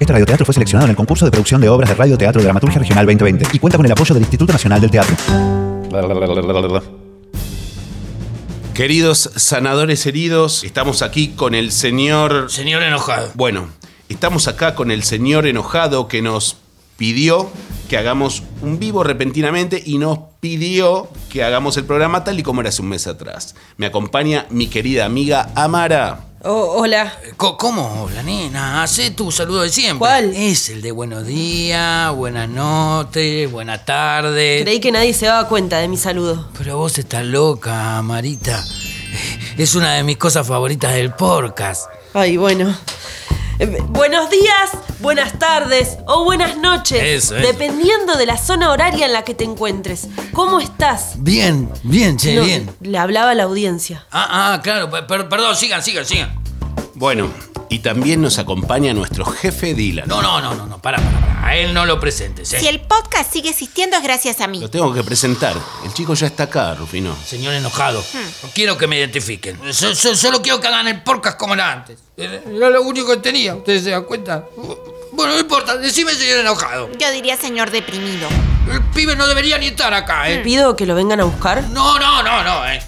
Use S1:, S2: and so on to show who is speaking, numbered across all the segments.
S1: Este radioteatro fue seleccionado en el concurso de producción de obras de Radio Teatro Dramaturgia Regional 2020 y cuenta con el apoyo del Instituto Nacional del Teatro.
S2: Queridos sanadores heridos, estamos aquí con el señor...
S3: Señor enojado.
S2: Bueno, estamos acá con el señor enojado que nos pidió que hagamos un vivo repentinamente y nos pidió que hagamos el programa tal y como era hace un mes atrás. Me acompaña mi querida amiga Amara.
S4: Oh, hola.
S3: Co- ¿Cómo hola, nena? Hacé tu saludo de siempre.
S4: ¿Cuál?
S3: Es el de buenos días, buenas noches, buenas tardes.
S4: Creí que nadie se daba cuenta de mi saludo.
S3: Pero vos estás loca, Marita. Es una de mis cosas favoritas del podcast.
S4: Ay, bueno. Eh, Buenos días, buenas tardes o buenas noches.
S3: Eso, eso.
S4: Dependiendo de la zona horaria en la que te encuentres. ¿Cómo estás?
S3: Bien, bien, che,
S4: No,
S3: bien.
S4: Le hablaba a la audiencia.
S3: Ah, ah, claro, per- per- perdón, sigan, sigan, sigan.
S2: Bueno, y también nos acompaña nuestro jefe Dylan.
S3: No, no, no, no, no, para, para. A él no lo presentes, eh.
S5: Si el podcast sigue existiendo es gracias a mí.
S2: Lo tengo que presentar. El chico ya está acá, Rufino.
S3: Señor enojado,
S4: Hmm.
S3: no quiero que me identifiquen. So- so- solo quiero que hagan el podcast como era antes. Era lo único que tenía, ¿ustedes se dan cuenta? Bueno, no importa, decime señor enojado.
S5: Yo diría señor deprimido.
S3: El pibe no debería ni estar acá, ¿eh?
S4: ¿Pido que lo vengan a buscar?
S3: No, no, no, no, ¿eh?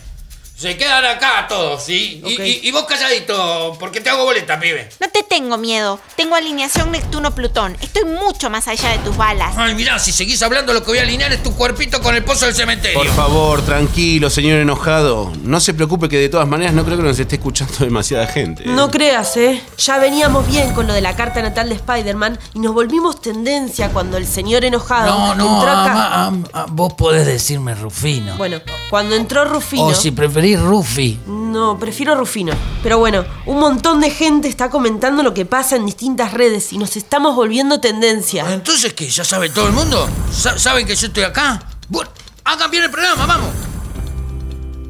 S3: Se quedan acá todos, ¿sí? Y,
S4: Ok.
S3: y- y vos calladito, porque te hago boleta, pibe.
S5: No te tengo miedo. Tengo alineación Neptuno-Plutón. Estoy mucho más allá de tus balas.
S3: Ay, mirá, si seguís hablando lo que voy a alinear es tu cuerpito con el pozo del cementerio.
S2: Por favor, tranquilo, señor enojado. No se preocupe que de todas maneras no creo que nos esté escuchando demasiada gente. ¿eh?
S4: No creas, ¿eh? Ya veníamos bien con lo de la carta natal de Spider-Man y nos volvimos tendencia cuando el señor enojado
S3: No, no,
S4: entró acá.
S3: ama- am- am- vos podés decirme Rufino.
S4: Bueno, cuando entró Rufino...
S3: O si preferís Rufi.
S4: No, prefiero Rufino. Pero bueno, un montón de gente está comentando lo que pasa en distintas redes y nos estamos volviendo tendencia.
S3: Pues Entonces, ¿qué? ¿Ya sabe todo el mundo? ¿Sa- ¿Saben que yo estoy acá? Bueno, hagan bien el programa, vamos.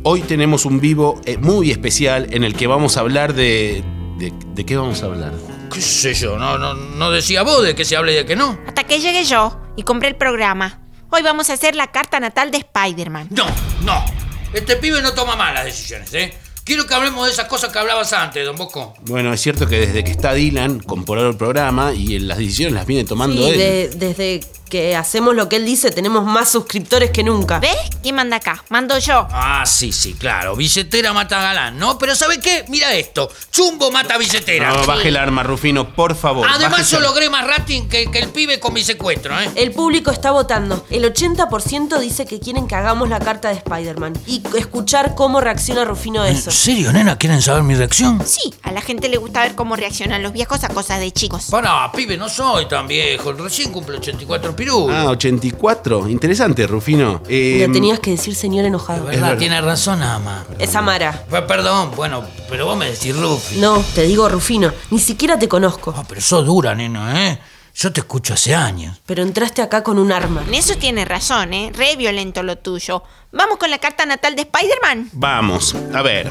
S2: Hoy tenemos un vivo eh, muy especial en el que vamos a hablar de... ¿De, de qué vamos a hablar?
S3: ¿Qué sé yo? No, no, no decía vos de que se hable y de que no.
S5: Hasta que llegue yo y compré el programa. Hoy vamos a hacer la carta natal de Spider-Man.
S3: No, no. Este pibe no toma malas decisiones, ¿eh? Quiero que hablemos de esas cosas que hablabas antes, don Bosco.
S2: Bueno, es cierto que desde que está Dylan, comparó el programa y en las decisiones las viene tomando
S4: Y
S2: él.
S4: de- desde que hacemos lo que él dice, tenemos más suscriptores que nunca.
S5: ¿Ves? ¿Quién manda acá? Mando yo.
S3: Ah, sí, sí, claro. Billetera mata galán, ¿no? Pero ¿sabe qué? Mira esto. Chumbo mata billetera.
S2: No, baje el arma, Rufino, por favor.
S3: Además,
S2: bájese
S3: yo
S2: el-
S3: logré más rating que, que el pibe con mi secuestro, ¿eh?
S4: El público está votando. El 80% dice que quieren que hagamos la carta de Spider-Man y escuchar cómo reacciona Rufino a eso.
S3: serio, nena? ¿Quieren saber mi reacción?
S5: Sí, a la gente le gusta ver cómo reaccionan los viejos a cosas de chicos.
S3: Pará, pibe, no soy tan viejo. Recién cumplo 84 pirú.
S2: Ah, 84. Interesante, Rufino. Eh,
S4: Lo tenías que decir, señor enojado.
S3: verdad, tiene razón, ama.
S4: Es Amara.
S3: Pe- Perdón, bueno, pero vos me decís Rufi.
S4: No, te digo Rufino, ni siquiera te conozco.
S3: Ah, pero sos dura, nena, ¿eh? Yo te escucho hace años.
S4: Pero entraste acá con un arma.
S5: En eso tiene razón, ¿eh? Re violento lo tuyo. Vamos con la carta natal de Spider-Man.
S2: Vamos, a ver.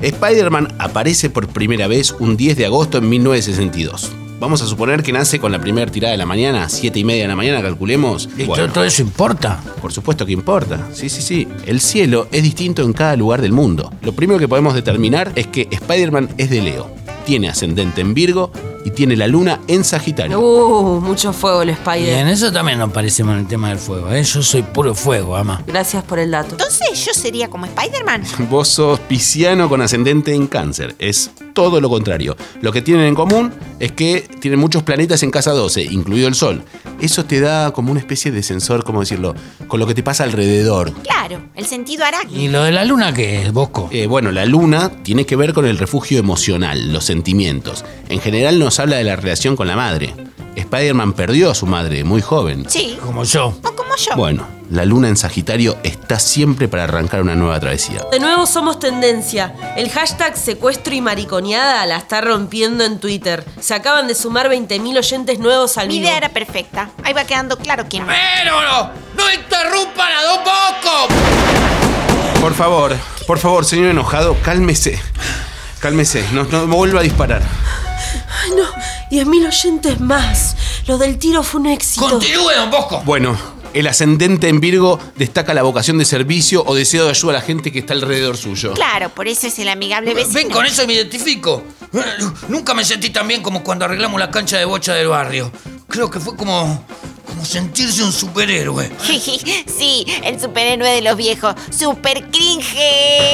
S2: Spider-Man aparece por primera vez un 10 de agosto en 1962. Vamos a suponer que nace con la primera tirada de la mañana, 7 y media de la mañana, calculemos.
S3: ¿Y
S2: Bueno,
S3: todo- todo eso importa?
S2: por supuesto que importa. Sí, sí, sí. El cielo es distinto en cada lugar del mundo. Lo primero que podemos determinar es que Spider-Man es de Leo. Tiene ascendente en Virgo y tiene la luna en Sagitario.
S4: Uh, mucho fuego el Spider.
S3: Y en eso también nos parecemos en el tema del fuego, ¿eh? Yo soy puro fuego, ama.
S4: Gracias por el dato.
S5: Entonces yo sería como Spider-Man.
S2: Vos sos pisciano con ascendente en cáncer. Es todo lo contrario. Lo que tienen en común es que tienen muchos planetas en casa 12, incluido el Sol. Eso te da como una especie de sensor, ¿cómo decirlo? Con lo que te pasa alrededor.
S5: Claro, el sentido arácnido.
S3: ¿Y lo de la luna qué es, Bosco?
S2: Eh, bueno, la luna tiene que ver con el refugio emocional, los sentimientos. En general nos habla de la relación con la madre. Spider-Man perdió a su madre muy joven.
S5: Sí,
S3: Como yo.
S5: o como yo.
S2: Bueno, la luna en Sagitario está siempre para arrancar una nueva travesía.
S4: De nuevo somos tendencia. El hashtag secuestro y mariconeada la está rompiendo en Twitter. Se acaban de sumar 20.000 oyentes nuevos al
S5: Mi
S4: vivo.
S5: idea era perfecta. Ahí va quedando claro quién va.
S3: ¡Pero no! ¡No interrumpan a Don Bosco!
S2: Por favor, por favor, señor enojado, cálmese. Cálmese, no, no vuelva a disparar.
S4: Ay, no, 10.000 oyentes más. Lo del tiro fue un éxito.
S3: Continúe, Don Bosco.
S2: Bueno, El ascendente en Virgo destaca la vocación de servicio o deseo de ayuda a la gente que está alrededor suyo.
S5: Claro, por eso es el amigable vecino.
S3: Ven, con eso me identifico. Nunca me sentí tan bien como cuando arreglamos la cancha de bocha del barrio. Creo que fue como. como sentirse un superhéroe.
S5: sí, el superhéroe de los viejos. Super cringe.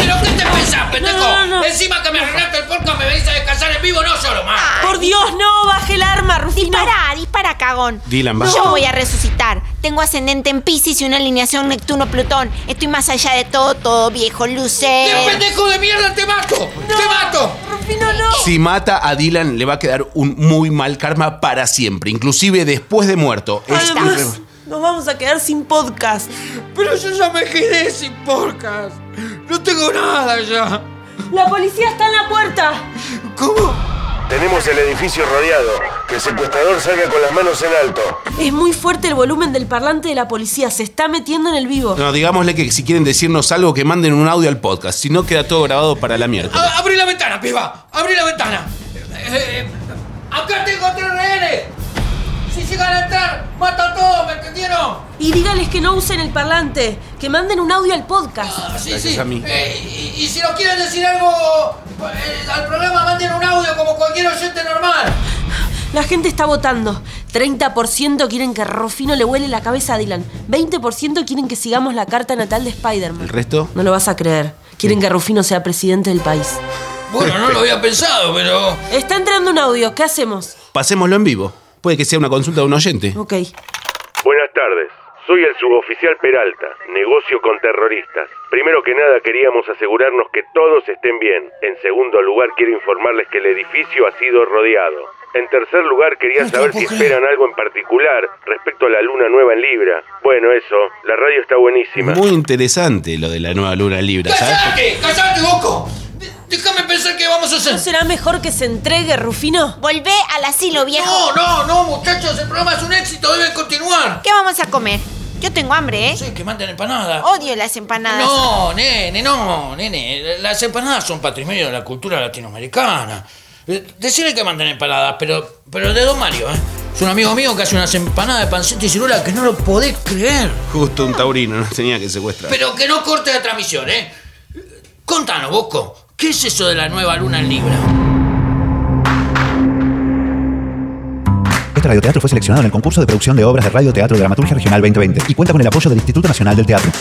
S3: ¿Pero qué te pensás, pendejo?
S4: No, no, no.
S3: Encima que me arreglaste el porca me venís a descansar en vivo, no solo más.
S4: Por Dios, no, baje el arma, Rufino.
S5: Dispara, dispara, cagón.
S2: Dylan, va.
S5: Yo voy a resucitar. Tengo ascendente en Pisces y una alineación Neptuno-Plutón. Estoy más allá de todo, todo viejo,
S3: ¡Qué
S5: lucer.
S3: pendejo de mierda te mato! ¡Te mato!
S4: Rufino, no.
S2: Si mata a Dylan, le va a quedar un muy mal karma para siempre, inclusive después de muerto. Es-
S4: Además, nos vamos a quedar sin podcast.
S3: Pero yo ya me quedé sin porcas. No tengo nada ya.
S4: La policía está en la puerta.
S3: ¿Cómo?
S6: Tenemos el edificio rodeado. Que el secuestrador salga con las manos en alto.
S4: Es muy fuerte el volumen del parlante de la policía. Se está metiendo en el vivo.
S2: No, digámosle que si quieren decirnos algo, que manden un audio al podcast. Si no, queda todo grabado para la mierda.
S3: A- ¡Abrí la ventana, piba! ¡Abrí la ventana! Eh, eh, ¡Acá tengo tres rehenes! Si llegan a entrar, mata a todos, ¿me entendieron?
S4: Y dígales que no usen el parlante. Que manden un audio al podcast.
S3: Ah, sí,
S2: Gracias
S3: sí.
S2: a mí.
S3: Eh, y, y si nos quieren decir algo eh, al programa, manden un audio como cualquier oyente normal.
S4: La gente está votando. 30% quieren que Rufino le huele la cabeza a Dylan. 20% quieren que sigamos la carta natal de
S2: ¿El
S4: Spider-Man.
S2: resto?
S4: No lo vas a creer. Quieren que Rufino sea presidente del país.
S3: Bueno, no lo había pensado, pero.
S4: Está entrando un audio. ¿Qué hacemos?
S2: Pasémoslo en vivo. Puede que sea una consulta de un oyente.
S4: Ok.
S6: Buenas tardes. Soy el suboficial Peralta, negocio con terroristas. Primero que nada queríamos asegurarnos que todos estén bien. En segundo lugar quiero informarles que el edificio ha sido rodeado. En tercer lugar quería
S3: No te
S6: saber
S3: lo
S6: si
S3: puedo creer.
S6: esperan algo en particular respecto a la luna nueva en Libra. Bueno, eso, la radio está buenísima.
S2: Muy interesante lo de la nueva luna en libra, ¿sabes?
S3: ¡Cállate! ¡Cállate, Boco! De- Déjame pensar qué vamos
S4: ¿No
S3: a hacer.
S4: será mejor que se entregue, Rufino?
S5: Volvé al asilo, viejo.
S3: No, no, no, muchachos, el programa es un éxito, deben continuar.
S5: ¿Qué vamos a comer? Yo tengo hambre, ¿eh?
S3: Sí, que manden empanadas.
S5: Odio las empanadas.
S3: No, nene, no, nene. Las empanadas son patrimonio de la cultura latinoamericana. Eh, Decirle que manden empanadas, pero, pero de Don Mario, ¿eh? Es un amigo mío que hace unas empanadas de panceta y ciruela que no lo podés creer.
S2: Justo un taurino, nos tenía que secuestrar.
S3: Pero que no corte la transmisión, ¿eh? Contanos, Bosco, ¿qué es eso de la nueva luna en Libra?
S1: Este radioteatro fue seleccionado en el concurso de producción de obras de Radio Teatro Dramaturgia Regional 2020 y cuenta con el apoyo del Instituto Nacional del Teatro.